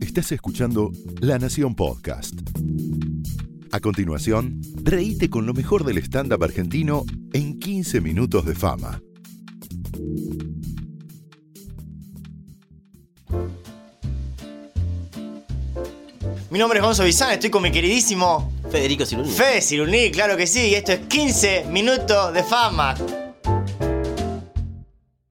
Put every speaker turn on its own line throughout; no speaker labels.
Estás escuchando La Nación Podcast. A continuación, reíte con lo mejor del stand-up argentino en 15 minutos de fama.
Mi nombre es Gonzo Bizán, estoy con mi queridísimo
Federico Cirulini.
Fede Ciruní, claro que sí, y esto es 15 minutos de fama.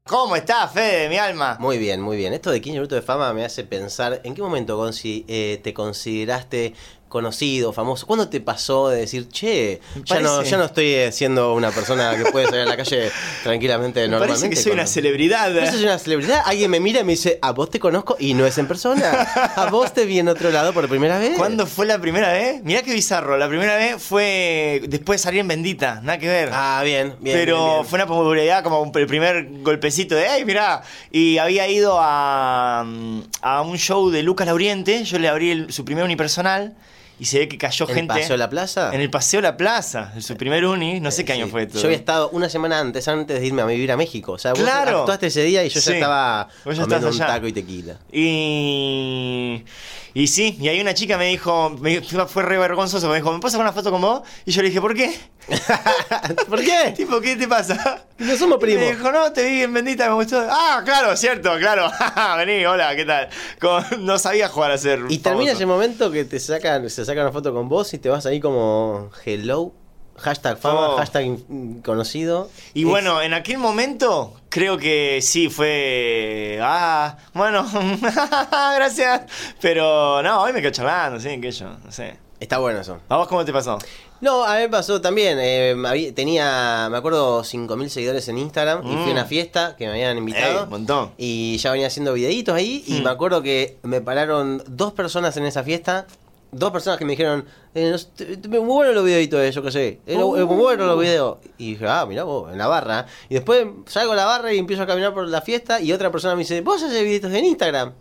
¿Cómo estás, Fede, mi alma?
Muy bien, muy bien. Esto de 15 minutos de fama me hace pensar en qué momento, Gonzi, eh, te consideraste conocido, famoso. ¿Cuándo te pasó de decir, che, ya no,
Parece-
ya no estoy eh, siendo una persona que puede salir a la calle tranquilamente,
Me
normalmente?
parece que soy una
cuando-
celebridad.
Pero soy una celebridad. Alguien me mira y me dice, a vos te conozco y no es en persona. A vos te vi en otro lado por primera vez.
¿Cuándo fue la primera vez? Mirá qué bizarro, la primera vez fue después de salir en Bendita, nada que ver.
Ah, bien, bien.
Pero
bien, bien.
fue una popularidad como un- el primer golpecito de, ¡ay, mirá! Y había ido a, mm, a un show de Lucas Lauriente, yo le abrí el- su primer unipersonal y se ve que cayó
¿En el
gente.
Paseo de la Plaza?
En el Paseo La Plaza, en su primer uni, no sé qué año
Eh, Sí.
fue esto.
Yo había estado una semana antes, antes de irme a vivir a México. O sea, vos
Claro.
actuaste ese día y yo
Sí.
ya estaba
Vos ya
comiendo
estabas
un
allá.
taco y tequila.
Y, y sí, y ahí una chica me dijo, me- fue re vergonzoso, me dijo, ¿me puedo sacar una foto con vos? Y yo le dije, ¿por qué?
¿Por qué?
Tipo, Ah, ¿qué te pasa?
No somos
Y Me
primos.
dijo, no, te vi en Bendita, me gustó. Ah, claro, cierto, claro. Ah, Vení, hola, ¿qué tal? Como- no sabía jugar a ser.
Y
famoso.
termina ese momento que te sacan, se sacan una foto con vos y te vas ahí como hello, hashtag fama,
Oh.
hashtag in- conocido.
Y
Es-
bueno, en aquel momento creo que sí fue. Ah, bueno, gracias. Pero no, hoy me quedo charlando, sí, que yo, no sé.
Está bueno eso.
¿A vos cómo te pasó?
No, a mí me pasó también. eh, habí- tenía, me acuerdo, 5.000 seguidores en Instagram y fui
Mm.
a una fiesta que me habían
Ey,
invitado.
un montón.
Y ya venía haciendo videitos ahí. Y
Hmm.
me acuerdo que me pararon dos personas en esa fiesta. Dos personas que me dijeron, eh, no sé, t- t- muy bueno los videitos, eh, yo qué sé. eh, lo- eh,
Uh.
muy bueno los videos. Y dije, ah, mirá vos, en la barra. Y después salgo a la barra y empiezo a caminar por la fiesta. Y otra persona me dice, vos haces videitos en Instagram.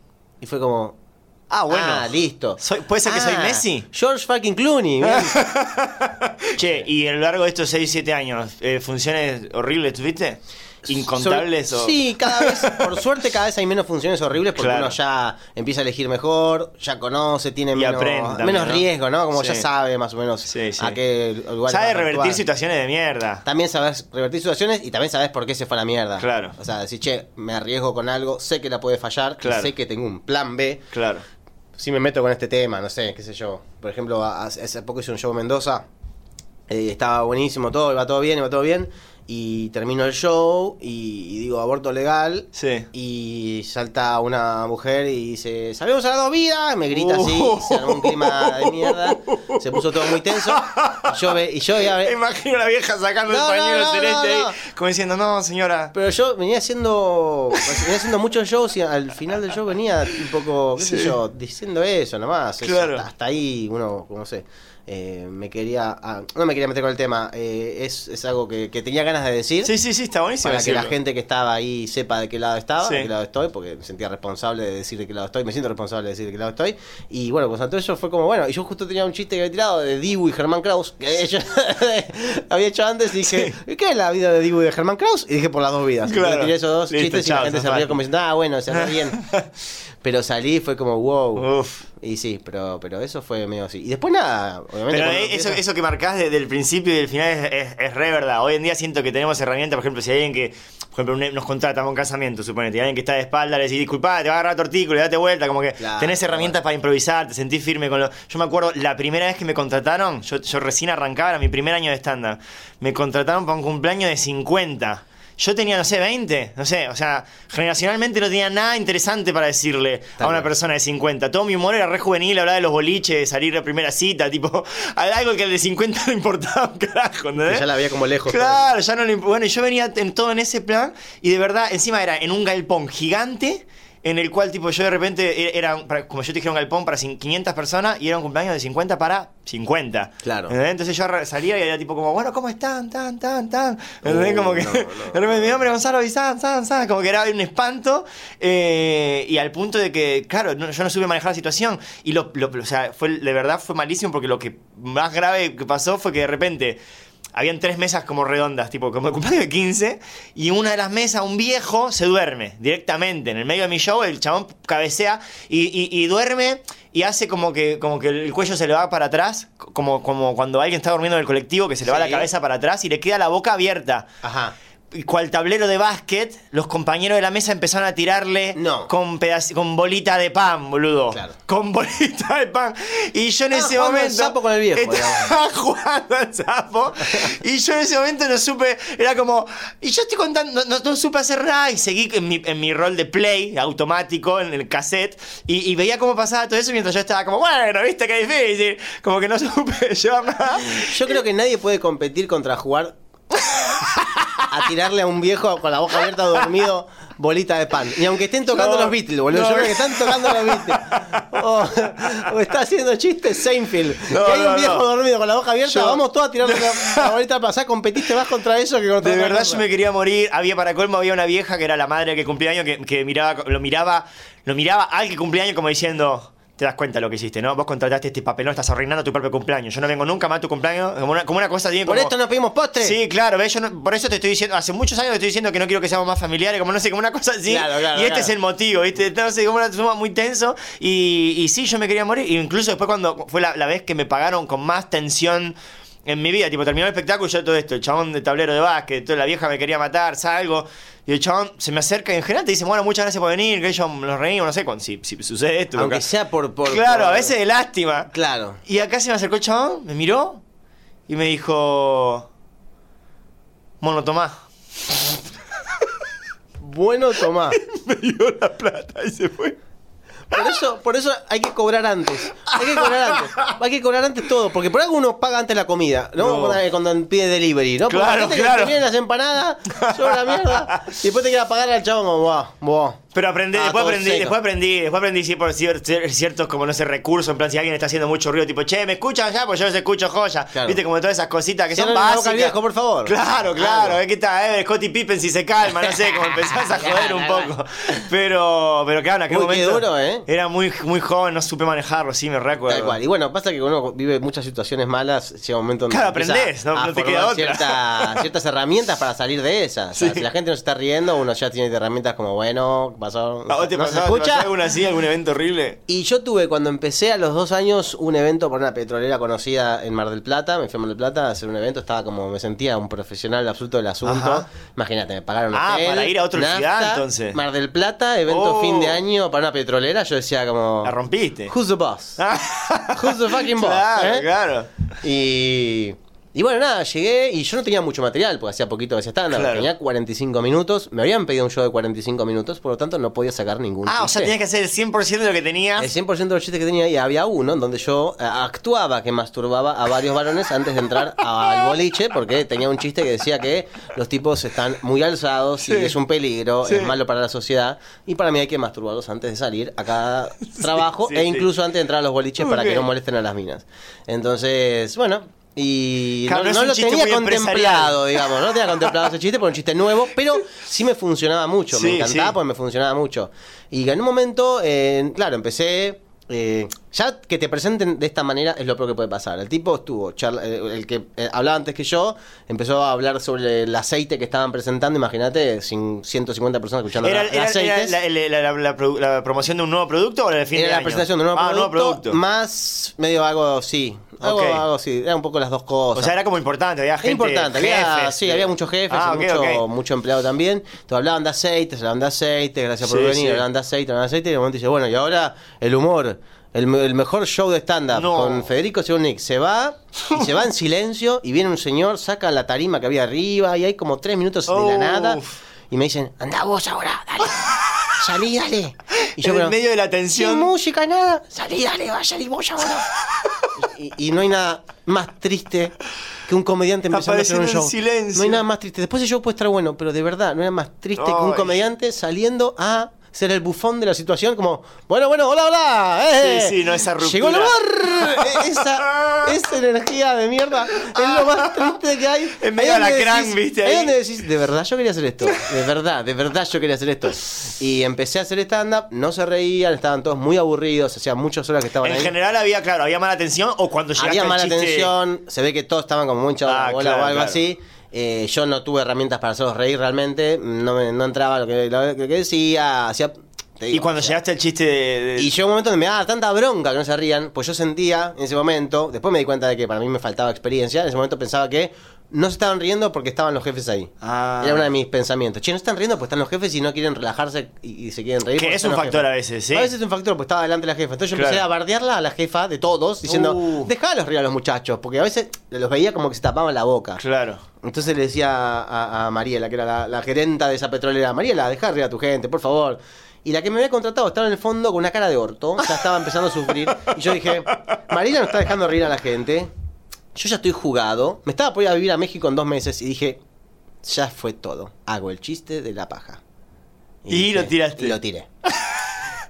Y fue como,
Ah, bueno.
ah, listo.
Soy- ¿Puede ser que soy
Ah,
Messi?
George fucking Clooney. bien.
Che, y a lo largo de estos 6, 7 años, eh, ¿funciones horribles tuviste? ¿Incontables?
Sobre-
o...
Sí, cada vez, por suerte cada vez hay menos funciones horribles porque
Claro.
uno ya empieza a elegir mejor, ya conoce, tiene
Y
menos,
aprende también,
menos
¿no?
riesgo, ¿no? Como
Sí.
ya sabe más o menos
Sí, sí.
a qué lugar
Sabe
vas a
revertir
actuar.
situaciones de mierda.
También sabes revertir situaciones y también sabes por qué se fue a la mierda.
Claro.
O sea, decir, che, me arriesgo con algo, sé que la puede fallar, y
Claro.
sé que tengo un plan B.
Claro.
Si me meto con este tema, no sé, qué sé yo. Por ejemplo, a- hace hace poco hice un show en Mendoza. Eh, estaba buenísimo todo, iba todo bien, iba todo bien. Y termino el show y, y digo aborto legal.
Sí.
Y salta una mujer y dice, ¡Sabemos a la dos vidas! Me grita así,
Oh.
se armó un clima de mierda. Se puso todo muy tenso. Y yo, ve- y yo iba a
Me
ver-
imagino a la vieja sacando
No,
el pañuelo
no, no,
celeste
no, no.
ahí, como diciendo, no, señora.
Pero yo venía haciendo, pues, venía haciendo muchos shows y al final del show venía un poco, qué sé
Sí.
yo, diciendo eso nomás. eso,
Claro.
hasta, hasta ahí uno, no sé, eh, me quería, ah, no me quería meter con el tema, eh, es, es algo que, que tenía ganas de decir.
Sí, sí, sí, está buenísimo.
Para que la
decirlo.
gente que estaba ahí sepa de qué lado estaba,
Sí.
de qué lado estoy, porque me sentía responsable de decir de qué lado estoy, me siento responsable de decir de qué lado estoy. Y bueno, pues entonces yo fue como, bueno, y yo justo tenía un chiste que había tirado de Dibu y Germán Kraus, que yo había hecho antes, y dije, ¿qué es la vida de Dibu y de Germán Kraus? Y dije, por las dos vidas.
Claro.
Entonces tiré esos dos
Listo,
chistes y
chao,
la gente se
zafate.
rió como diciendo, ah, bueno, se rió bien. Pero salí y fue como, wow.
Uf.
Y sí, pero, pero eso fue medio así. Y después nada, obviamente.
Pero
cuando
eh, eso,
empieza-
eso que marcás desde el principio y del final es, es- es re verdad. Hoy en día siento que tenemos herramientas, por ejemplo, si hay alguien que, por ejemplo, un- nos contrata para un casamiento, suponete, y alguien que está de espalda, le decís, disculpa, te va a agarrar tu artículo y date vuelta, como que
Claro,
tenés herramientas para improvisar, te sentís firme con lo... Yo me acuerdo, la primera vez que me contrataron, yo, yo recién arrancaba, era mi primer año de estándar, me contrataron para un cumpleaños de 50. Yo tenía, no sé, 20, no sé, o sea, generacionalmente no tenía nada interesante para decirle a una
cual.
persona persona de 50. Todo mi humor era re juvenil, hablaba de los boliches, de salir de primera cita, tipo, algo que al de 50 no importaba un carajo, ¿entendés?
Que ya la veía como lejos.
¿eh? Claro, ya no le imp- Bueno, y yo venía en todo en ese plan y de verdad, encima era en un galpón gigante. En el cual, tipo, yo de repente e- era, para- como yo te dije, un galpón para cin- 500 personas y era un cumpleaños de 50 para 50.
Claro.
¿Entendés? Entonces yo arra- salía y era tipo, como, bueno, ¿cómo están? Tan, tan, tan. ¿Entendés?
Uh,
como que.
no, no.
de repente, mi nombre es Gonzalo Bizán, san, san", Como que era un espanto. eh, y al punto de que, claro, no- yo no supe manejar la situación. Y lo, lo- o sea, fue, de verdad fue malísimo porque lo que más grave que pasó fue que de repente habían tres mesas como redondas, tipo como el cumpleaños de 15, y una de las mesas, un viejo, se duerme directamente. En el medio de mi show, el chabón cabecea y, y- y duerme y hace como que, como que el cuello se le va para atrás, como, como cuando alguien está durmiendo en el colectivo que se le va
Sí.
la cabeza para atrás y le queda la boca abierta.
pues. Ajá.
Y cual tablero de básquet, los compañeros de la mesa empezaron a tirarle
No.
con, pedaci- con bolita de pan, boludo.
Claro.
Con bolita de pan. Y yo en
Estaba
ese
jugando al
momento.
sapo con el viejo,
Estaba jugando al sapo. Y yo en ese momento no supe. Era como. Y yo estoy contando. No, no supe hacer nada. Y seguí en mi, en mi rol de play automático, en el cassette. Y, y veía cómo pasaba todo eso mientras yo estaba como, bueno, viste qué difícil. Como que no supe llevar nada.
Yo creo que nadie puede competir contra jugar a tirarle a un viejo con la boca abierta dormido bolita de pan. Y aunque estén tocando
No,
los Beatles, boludo.
no.
Yo creo que están tocando los Beatles. Oh, O, o está haciendo chistes Seinfeld.
No,
que hay
no,
un viejo
no.
dormido con la boca abierta,
Yo-
vamos todos a tirarle la, la bolita de pasar. Competiste más contra eso que contra
De
otra
verdad
cosa.
yo me quería morir. Había para colmo, había una vieja que era la madre que cumplía años, que, que miraba, lo miraba, lo miraba al que cumplía años como diciendo. Te das cuenta lo que hiciste, ¿no? Vos contrataste este papelón, estás arruinando tu propio cumpleaños. Yo no vengo nunca más a tu cumpleaños. Como una, como una cosa bien
Por
como-
esto no pedimos postre.
Sí, claro, ¿ves? Yo no- por eso te estoy diciendo, hace muchos años te estoy diciendo que no quiero que seamos más familiares, como no sé, como una cosa así.
Claro, claro,
y este
claro.
es el motivo, ¿viste? Entonces, como una suma muy tenso. Y, y sí, yo me quería morir. Y incluso después, cuando fue la, la vez que me pagaron con más tensión en mi vida, tipo, terminó el espectáculo y yo todo esto, el chabón de tablero de básquet, toda la vieja me quería matar, salgo. Y el chabón se me acerca y en general te dice, bueno, muchas gracias por venir, que yo nos reímos, no sé, cuando, si, si sucede esto.
Aunque
acá.
sea por. por
claro,
por-
a veces de lástima.
Claro.
Y acá se me acercó el chabón, me miró y me dijo. Mono Tomás.
Bueno, Tomás.
Me dio la plata y se fue.
Por eso, por eso hay que cobrar antes. Hay que cobrar antes. Hay que cobrar antes todo. Porque por algo uno paga antes la comida, ¿no?
No.
Cuando, eh, cuando pide delivery, ¿no? Porque
Claro,
la gente que
claro.
te viene las empanadas, sobre la mierda. Y después te queda pagar al chabón como, "Buah, buah".
Pero aprendí,
Ah,
después
todo
aprendí,
seco.
después aprendí, después aprendí sí, por cier- cier- ciertos como no sé recursos, en plan si alguien está haciendo mucho ruido, tipo, che, me escuchan ya, pues yo los escucho joya.
Claro.
Viste, como todas esas cositas que son
Cierrale la boca
básicas.
al viejo, por favor.
Claro, claro,
Algo.
es que está, eh, Scottie Pippen si se calma, no sé, como empezás a joder un poco. Pero, pero claro, en aquel
Uy, qué
momento
duro, ¿eh?
era muy, muy joven, no supe manejarlo, sí me recuerdo.
Tal cual. Y bueno, pasa que uno vive muchas situaciones malas, llega un momento donde
Claro,
empieza
aprendés, no-
a
no te
formar
queda otra.
cierta- ciertas herramientas para salir de esas. O sea,
Sí.
Si la gente no se está riendo, uno ya tiene herramientas como, bueno, pasó.
¿A Ah, vos te
¿no se
pasaba, te
escucha?
pasaba alguna así, algún evento horrible?
Y yo tuve, cuando empecé a los dos años, un evento por una petrolera conocida en Mar del Plata. Me fui a Mar del Plata a hacer un evento. Estaba como, me sentía un profesional absoluto del asunto.
Ajá.
Imagínate, me pagaron
Ah,
hotel,
para ir a otra
nafta,
ciudad, entonces.
Mar del Plata, evento
Oh.
fin de año para una petrolera. Yo decía como...
La Ah. rompiste.
Who's the boss? Who's the fucking boss?
Claro,
¿eh?
claro.
Y, y bueno, nada, llegué y yo no tenía mucho material, porque hacía poquito que hacía estándar.
Claro.
Tenía 45 minutos. Me habían pedido un show de 45 minutos, por lo tanto no podía sacar ningún
Ah, o sea,
chiste.
tenías que hacer el 100% de lo que tenías.
El 100% de los chistes que tenía y había uno en donde yo eh, actuaba que masturbaba a varios varones antes de entrar al boliche porque tenía un chiste que decía que los tipos están muy alzados
Sí.
y es un peligro,
Sí.
es malo para la sociedad y para mí hay que masturbarlos antes de salir a cada trabajo
sí,
e
sí.
incluso antes de entrar a los boliches para
Ok.
que no molesten a las minas. Entonces, bueno... Y
Claro,
no,
es
no
un
lo
chiste
tenía
muy
contemplado, digamos, no lo tenía contemplado ese chiste, porque era un chiste nuevo, pero sí me funcionaba mucho, me
Sí,
encantaba
sí.
porque me funcionaba mucho. Y en un momento, eh, claro, empecé. eh, ya que te presenten de esta manera es lo peor que puede pasar. El tipo estuvo, charla- eh, el que eh, hablaba antes que yo, empezó a hablar sobre el aceite que estaban presentando. Imagínate, sin 150 personas escuchando
¿Era,
la-
era- era
aceites.
la, la- la- la- la produ- la promoción de un nuevo producto o la del fin
Era
de
la
año?
presentación de un nuevo,
Ah,
producto,
producto.
Más medio algo así. Algo,
Ok.
algo así. Era un poco las dos cosas.
O sea, era como importante, había gente.
Es importante, había,
jefes,
sí,
de-
había muchos jefes,
Ah, ok,
mucho,
ok.
mucho empleado también. Te hablaban de aceites, hablaban de aceite, gracias por
Sí,
venir,
sí.
hablaban de aceite, hablaban de aceite. Y en un momento dice, bueno, y ahora el humor, el, me- el mejor show de stand-up
No.
con Federico Nick Se va, y se va en silencio, y viene un señor, saca la tarima que había arriba, y hay como tres minutos de la
Uf.
nada. Y me dicen, anda vos ahora, dale, salí, dale. Y
en
pero,
el medio de la
sin
tensión.
música, nada. Salí, dale, vaya, y vos ahora. y, y no hay nada más triste que un comediante empezando a hacer un
Apareciendo
show.
en silencio.
No hay nada más triste. Después el show puede estar bueno, pero de verdad, no hay nada más triste que un
Ay.
comediante saliendo a ser el bufón de la situación, como, bueno, bueno, hola, hola. eh,
Sí, sí, no, esa ruptura.
Llegó el bar. Eh, esa, esa energía de mierda es lo más triste que hay.
Es medio
Ahí donde
alacrán,
decís-
viste, ahí.
ahí donde decís, de verdad yo quería hacer esto. De verdad, de verdad yo quería hacer esto. Y empecé a hacer stand-up, no se reían, estaban todos muy aburridos, hacía muchas horas que estaban
En
ahí.
general había, claro, había mala atención o cuando llegaste
¿eh? Había
al
mala
chiste-
atención, se ve que todos estaban como muy echados de
Ah,
la bola
claro,
o algo
claro.
así. Eh, yo no tuve herramientas para hacerlos reír realmente, no, me, no entraba lo que, lo que decía, hacía... te
Y
digo,
cuando
o sea,
llegaste al chiste de... de-
y llegó un momento donde me daba tanta bronca que no se rían, pues yo sentía en ese momento, después me di cuenta de que para mí me faltaba experiencia, en ese momento pensaba que no se estaban riendo porque estaban los jefes ahí.
Ah.
Era uno de mis pensamientos. Che, no están riendo porque están los jefes y no quieren relajarse y, y se quieren reír.
Que
porque
es
están
un
los
factor
jefes.
a veces, ¿sí?
A veces es un factor porque estaba delante la jefa. Entonces yo empecé a
Claro.
bardearla a la jefa de todos, diciendo,
Uh.
dejalos reír a los muchachos, porque a veces los veía como que se tapaban la boca.
Claro.
Entonces le decía a, a- a Mariela, que era la, la gerenta de esa petrolera, Mariela, dejá reír a tu gente, por favor. Y la que me había contratado estaba en el fondo con una cara de orto, ya estaba empezando a sufrir. Y yo dije, Mariela no está dejando reír a la gente, yo ya estoy jugado, me estaba por ir a vivir a México en dos meses y dije, ya fue todo, hago el chiste de la paja.
Y lo tiraste.
Y lo tiré.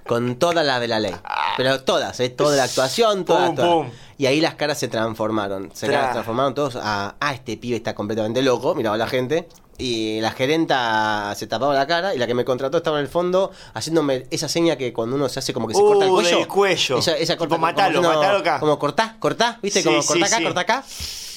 Con todas las de la ley. Pero todas, ¿eh? toda la actuación, todas,
Pum,
todas.
pum.
Y ahí las caras se transformaron. Se
Tra.
caras transformaron todos a, ah, este pibe está completamente loco, miraba la gente. Y la gerenta se tapaba la cara y la que me contrató estaba en el fondo haciéndome esa seña que cuando uno se hace como que Pues se
Uh,
corta el
del
cuello.
cuello.
Esa, esa
Tipo,
corta como
matalo,
haciendo-
matalo acá.
Como cortá, cortá, ¿viste?
Sí,
como
sí,
cortá acá,
sí.
cortá acá.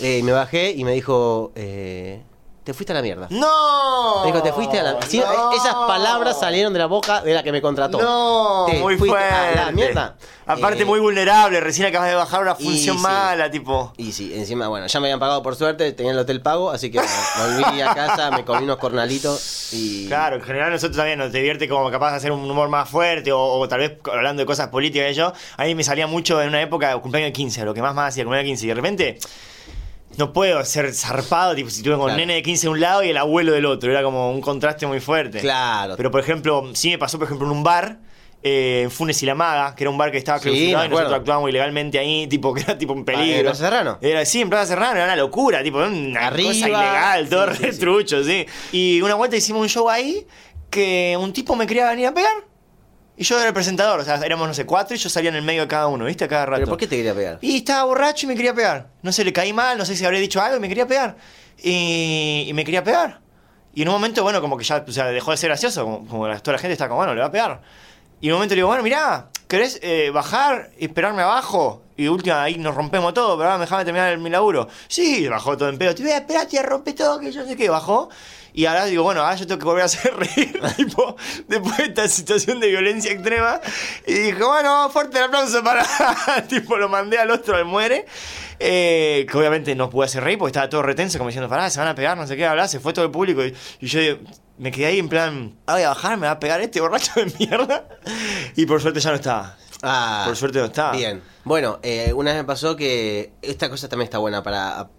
Eh, y me bajé y me dijo, eh, te fuiste a la mierda.
¡No!
Me dijo, te fuiste a la... Sí,
¡No!
Esas palabras salieron de la boca de la que me contrató.
No,
Te
muy
fuiste
fuerte.
a la mierda.
Aparte,
Eh,
muy vulnerable. Recién acabas de bajar una
y
función
sí.
mala, tipo.
Y sí, encima, bueno, ya me habían pagado por suerte, tenía el hotel pago, así que volví a casa, me comí unos cornalitos y...
Claro, en general nosotros también nos divierte como capaz de hacer un humor más fuerte o, o tal vez hablando de cosas políticas y yo. A mí me salía mucho en una época cumpleaños de 15, lo que más más hacía cumpleaños de 15. Y de repente no puedo ser zarpado, tipo si estuve con
Claro.
nene de 15 de un lado y el abuelo del otro. Era como un contraste muy fuerte.
Claro.
Pero por ejemplo, sí me pasó por ejemplo en un bar. eh, en Funes y la Maga, que era un bar que estaba
Sí,
clausurado
me
y nosotros
acuerdo. Ah,
actuábamos ilegalmente ahí, tipo, que era tipo un peligro.
¿en Plaza ¿eh, Serrano?
Era, sí, en Plaza Serrano, era una locura, tipo, una
Arriba.
cosa ilegal, todo
Sí, sí,
re
sí.
trucho, sí. Y una vuelta hicimos un show ahí que un tipo me quería venir a pegar. Y yo era el presentador, o sea, éramos, no sé, cuatro y yo salía en el medio de cada uno, ¿viste? A cada rato.
¿Pero por qué te quería pegar?
Y estaba borracho y me quería pegar. No sé, le caí mal, no sé si habré dicho algo y me quería pegar. Y, y me quería pegar. Y en un momento, bueno, como que ya o sea, dejó de ser gracioso, como, como la- toda la gente está como, bueno, le va a pegar. Y en un momento le digo, bueno, mirá, ¿querés eh, bajar y esperarme abajo? Y de última, ahí nos rompemos todo, pero ahora déjame terminar el- mi laburo. Sí, bajó todo en pedo. Te voy a esperar, te rompe todo, que yo sé qué, bajó. Y ahora digo, bueno, ahora yo tengo que volver a hacer reír, tipo, después de esta situación de violencia extrema. Y dije, bueno, fuerte el aplauso para. tipo, lo mandé al otro al muere. Eh, que obviamente no pude hacer reír porque estaba todo retenso, como diciendo, pará, se van a pegar, no sé qué, hablar, se fue todo el público. Y, y yo me quedé ahí en plan, ah, voy a bajar, me va a pegar este borracho de mierda. Y por suerte ya no estaba.
Ah,
Por suerte no estaba.
Bien. Bueno, eh, una vez me pasó que esta cosa también está buena para ah,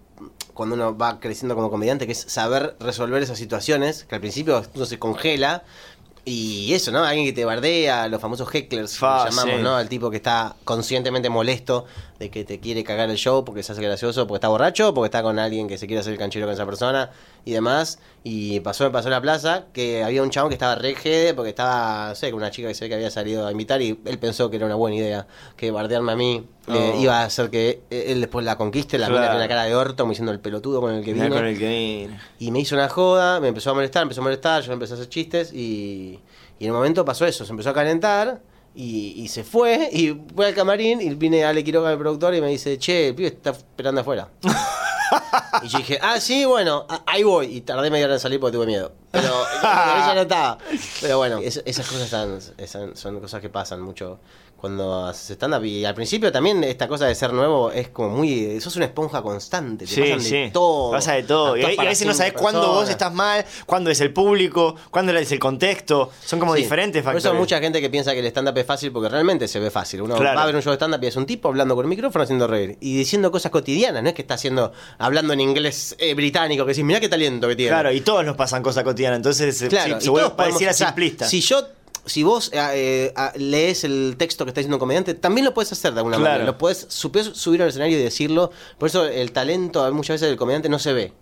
cuando uno va creciendo como comediante, que es saber resolver esas situaciones, que al principio uno se congela. Y eso, ¿no? Alguien que te bardea, los famosos hecklers, que
Fa,
llamamos,
sí.
¿no? Al tipo que está conscientemente molesto de que te quiere cagar el show porque se hace gracioso, porque está borracho, porque está con alguien que se quiere hacer el canchero con esa persona y demás. Y pasó, me pasó en la plaza que había un chabón que estaba re jede porque estaba, no sé, con una chica que se ve que había salido a invitar y él pensó que era una buena idea, que bardearme a mí eh,
Oh.
iba a hacer que él después la conquiste, la
Claro.
mina tiene una cara de orto, me diciendo el pelotudo con el que vine.
Con el que vine.
Y me hizo una joda, me empezó a molestar, empezó a molestar, yo empecé a hacer chistes y, y en el momento pasó eso, se empezó a calentar y, y se fue y fue al camarín y vine a Ale Quiroga, el productor, y me dice, che, el pibe está esperando afuera. y yo dije, ah, sí, bueno, a- ahí voy. Y tardé media hora en salir porque tuve miedo. Pero ella no estaba. Pero bueno, es- esas cosas están- esas son cosas que pasan mucho cuando haces stand-up. Y al principio también esta cosa de ser nuevo es como muy... Sos una esponja constante, te pasan de todo.
Pasa de todo. Y,
Actuás
a- y a
para
veces no
cinco
sabes cuándo vos
personas.
estás mal, cuándo es el público, cuándo es el contexto. Son como
Sí.
diferentes factores.
Por eso mucha gente que piensa que el stand-up es fácil porque realmente se ve fácil. Uno
Claro.
va a ver un show de stand-up y es un tipo hablando con un micrófono haciendo reír y diciendo cosas cotidianas. No es que está haciendo, hablando en inglés eh, británico, que decís, mirá qué talento que tiene.
Claro, y todos nos pasan cosas cotidianas. Entonces, eh,
Claro,
sí,
y
se vuelve
todos podemos-
pareciera
o sea,
simplista.
Si yo, si vos eh, eh, a- lees el texto que está diciendo un comediante, también lo puedes hacer de alguna
Claro.
manera. Lo puedes subir al escenario y decirlo. Por eso el talento eh, muchas veces del comediante no se ve.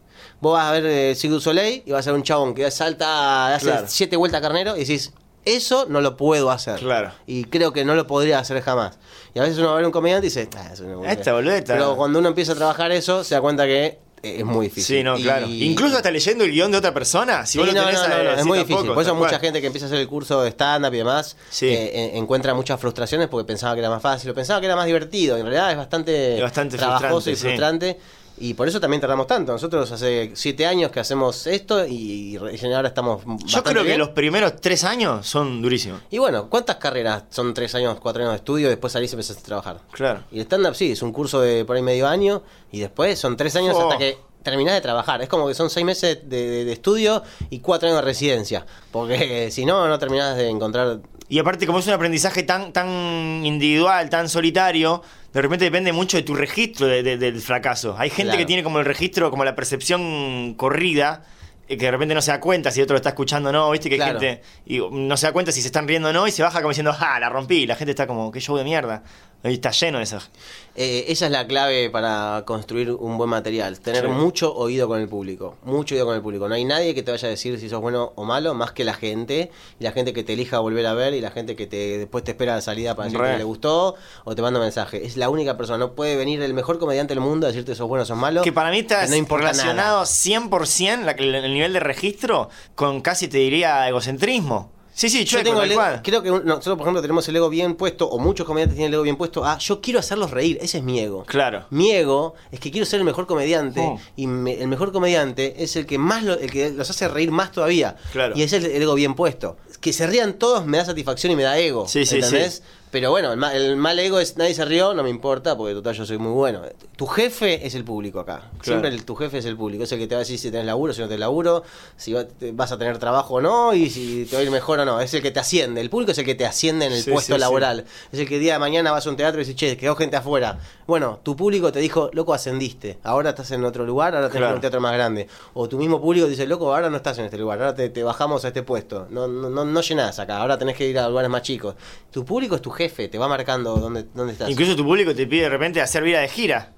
Vos vas a ver eh, Cirque du Soleil y vas a ver un chabón que salta, hace
Claro.
siete vueltas a carnero y decís, Eso no lo puedo hacer.
Claro.
Y creo que no lo podría hacer jamás. Y a veces uno va a ver un comediante y dice, "Ah, es una boludez".
Esta boludeta.
Pero cuando uno empieza a trabajar eso, se da cuenta que eh, es muy difícil.
Sí, no,
Y-
claro. Incluso hasta leyendo el guión de otra persona, si
Sí,
vos lo
no,
tenés
no, no,
a-
no,
sí,
es muy
tampoco,
difícil. Por eso
tal cual.
mucha gente que empieza a hacer el curso de stand-up y demás
Sí.
eh, en- encuentra muchas frustraciones porque pensaba que era más fácil o pensaba que era más divertido. En realidad es bastante,
Es bastante
trabajoso
frustrante,
y
sí.
frustrante. Y por eso también tardamos tanto. Nosotros hace siete años que hacemos esto y, recién ahora estamos.
Yo
bastante
creo que
bien.
los primeros tres años son durísimos.
Y bueno, ¿cuántas carreras son tres años, cuatro años de estudio y después salís y empezás a trabajar?
Claro.
Y el stand-up sí, es un curso de por ahí medio año y después son tres años
Oh.
hasta que terminás de trabajar. Es como que son seis meses de, de- de estudio y cuatro años de residencia. Porque si no, no terminás de encontrar...
Y aparte, como es un aprendizaje tan, tan individual, tan solitario, de repente depende mucho de tu registro de- de- del fracaso. Hay gente
Claro.
que tiene como el registro, como la percepción corrida, eh, que de repente no se da cuenta si otro lo está escuchando o no, viste que hay
Claro.
gente y no se da cuenta si se están riendo o no, y se baja como diciendo, ah, la rompí, y la gente está como, qué show de mierda. Y está lleno de esas.
Eh, esa es la clave para construir un buen material. Tener
Sí.
mucho oído con el público. Mucho oído con el público. No hay nadie que te vaya a decir si sos bueno o malo más que la gente. Y la gente que te elija volver a ver y la gente que te después te espera a la salida para decirte
Re.
que le gustó o te manda un mensaje. Es la única persona. No puede venir el mejor comediante del mundo a decirte sos bueno o sos malo.
Que para mí está
no importa
relacionado
nada.
100% la- el nivel de registro con casi te diría egocentrismo. Sí, sí,
Yo
chueco,
tengo
tal
el ego-
cual.
creo que un- nosotros, por ejemplo, tenemos el ego bien puesto, o muchos comediantes tienen el ego bien puesto. Ah, yo quiero hacerlos reír, ese es mi ego.
Claro.
Mi ego es que quiero ser el mejor comediante
Oh.
y me- el mejor comediante es el que más lo- el que los hace reír más todavía.
Claro.
Y ese es el ego bien puesto. Que se rían todos me da satisfacción y me da ego.
Sí, sí,
¿entendés?
sí.
Pero bueno, el ma- el mal, ego es nadie se rió, no me importa, porque total yo soy muy bueno. Tu jefe es el público acá. Siempre el- tu jefe es el público. Es el que te va a decir si tenés laburo, si no tenés laburo, si va- te- vas a tener trabajo o no, y si te va a ir mejor o no. Es el que te asciende. El público es el que te asciende en el
Sí,
puesto
sí, sí.
laboral. Es el que día de mañana vas a un teatro y dices, che, quedó gente afuera. Bueno, tu público te dijo, loco, ascendiste. Ahora estás en otro lugar, ahora tenés que ir a
Claro.
un teatro más grande. O tu mismo público te dice, loco, ahora no estás en este lugar, ahora te, te bajamos a este puesto. No, no, no, no llenás acá, ahora tenés que ir a lugares más chicos. Tu público es tu jefe, te va marcando dónde, dónde estás.
Incluso tu público te pide de repente hacer vida de gira.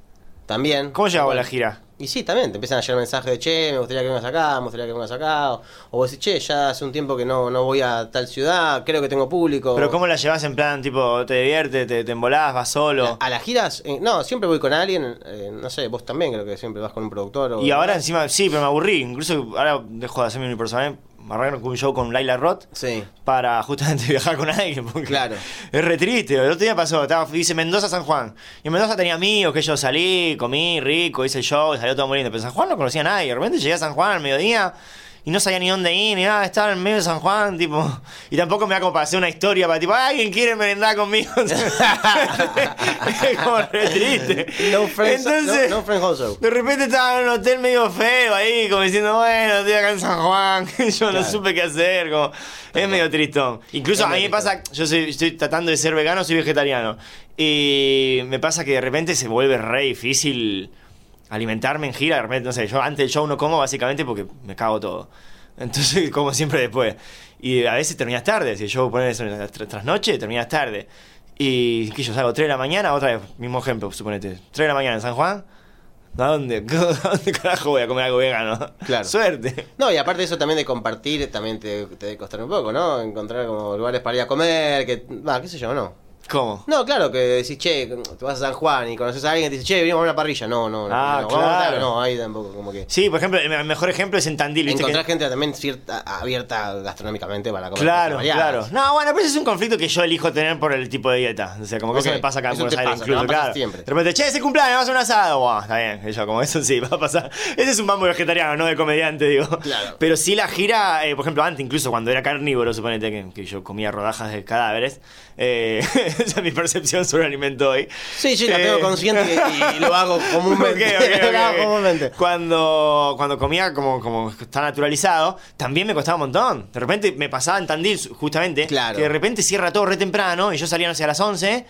También.
¿Cómo llegaba
Bueno.
la gira?
Y sí, también, te empiezan a llegar mensajes de, che, me gustaría que vengas acá, me gustaría que vengas acá. O, o vos decís, che, ya hace un tiempo que no, no voy a tal ciudad, creo que tengo público.
Pero ¿cómo la llevas en plan, tipo, te diviertes, te, te embolás, vas solo?
A las giras, eh, no, siempre voy con alguien, eh, no sé, vos también creo que siempre vas con un productor. O,
Y ahora encima, sí, pero me aburrí. Incluso ahora dejo de hacerme mi personaje. Me arreglo con un show con Laila Roth.
Sí.
para justamente viajar con alguien. Porque
Claro.
Es re triste. El otro día pasó, estaba, hice Mendoza San Juan. Y en Mendoza tenía amigos que yo salí, comí rico, hice el show, salió todo muy lindo. Pero en San Juan no conocía a nadie. De repente llegué a San Juan al mediodía y no sabía ni dónde ir, ni nada. Estaba en medio de San Juan, tipo. Y tampoco me da como para hacer una historia para tipo, alguien quiere merendar conmigo. es como re triste.
No friends,
Entonces.
no, no friends also.
De repente estaba en un hotel medio feo ahí, como diciendo, bueno, estoy acá en San Juan, yo no supe qué hacer, como, es medio tristón. Incluso
Es
a mí
medio
me pasa, yo soy- estoy tratando de ser vegano, soy vegetariano, y me pasa que de repente se vuelve re difícil alimentarme en gira, de repente, no sé, yo antes del show no como básicamente porque me cago todo. Entonces, como siempre después. Y a veces terminas tarde, si yo poner eso en la tr- trasnoche, terminas tarde. Y que yo salgo 3 de la mañana, otra vez, mismo ejemplo, suponete. 3 de la mañana en San Juan, ¿A dónde? ¿A dónde carajo voy a comer algo vegano?
Claro.
Suerte.
No, y aparte eso también de compartir, también te, te debe costar un poco, ¿no? Encontrar como lugares para ir a comer, que, va, qué sé yo, ¿no?
¿Cómo?
No, claro, que decís, che, te vas a San Juan y conoces a alguien que te dice, che, venimos a una parrilla. No, no, no,
Ah,
no, vamos a-
claro.
no, ahí tampoco, como que...
Sí, por ejemplo, el me- mejor ejemplo es en Tandil, ¿viste?
Encontrar
que-
gente también cierta, abierta gastronómicamente para comer.
Claro,
cosas variadas.
claro. No, bueno, pero ese es un conflicto que yo elijo tener por el tipo de dieta. O sea, como que
Ok,
eso me pasa acá en
eso
Buenos
te
Aires,
pasa, te va a
incluso,
pasar
claro.
siempre.
De repente, che, ese cumpleaños, vamos a un asado. Buah, está bien, yo como eso sí, va a pasar. Ese es un mambo vegetariano, no de comediante, digo.
Claro.
Pero sí la gira, eh, por ejemplo, antes, incluso cuando era carnívoro, suponete que, que yo comía rodajas de cadáveres. eh, esa es mi percepción sobre el alimento hoy.
Sí, sí, la tengo
Eh,
consciente y, y lo hago comúnmente.
Ok, ok, ok,
Lo hago
ok.
comúnmente.
Cuando, cuando comía como, como está naturalizado, también me costaba un montón. De repente me pasaba en Tandil, justamente,
Claro.
que de repente cierra todo re temprano y yo salía, no sé, a las 11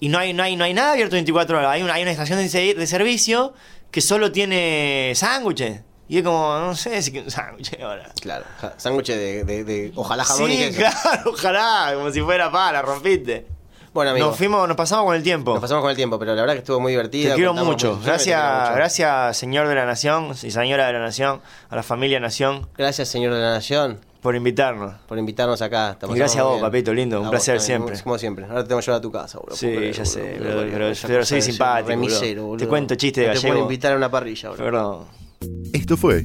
y no hay, no hay, no hay nada abierto 24 horas. Hay una, hay una estación de, se- de servicio que solo tiene sándwiches. Y es como, no sé si quiero un sándwich ahora.
Claro, ja- sándwiches de, de- de- ojalá jamón y
Sí,
queso.
claro, ojalá, como si fuera para, rompiste.
Bueno, amigo,
Nos fuimos, nos pasamos con el tiempo.
nos pasamos con el tiempo, pero la verdad que estuvo muy divertido.
Te quiero
contamos
mucho.
yo también te
Gracias,
quiero mucho.
gracias, señor de la nación y señora de la nación, a la familia nación.
Gracias, señor de la Nación.
por invitarnos.
por invitarnos acá.
Y
Te pasamos
gracias a
muy
vos,
bien.
papito lindo, un
A
placer
vos también,
siempre.
Como siempre. Ahora te tengo que llevar a tu casa, boludo.
Sí,
Pobre,
ya sé,
boludo,
pero-
boludo,
pero-
esa
pero
cosa
soy
de ser
simpático,
Remisero,
boludo.
boludo.
Te cuento chiste de
No Te puedo
gallego.
invitar a una parrilla, boludo.
Perdón.
Esto fue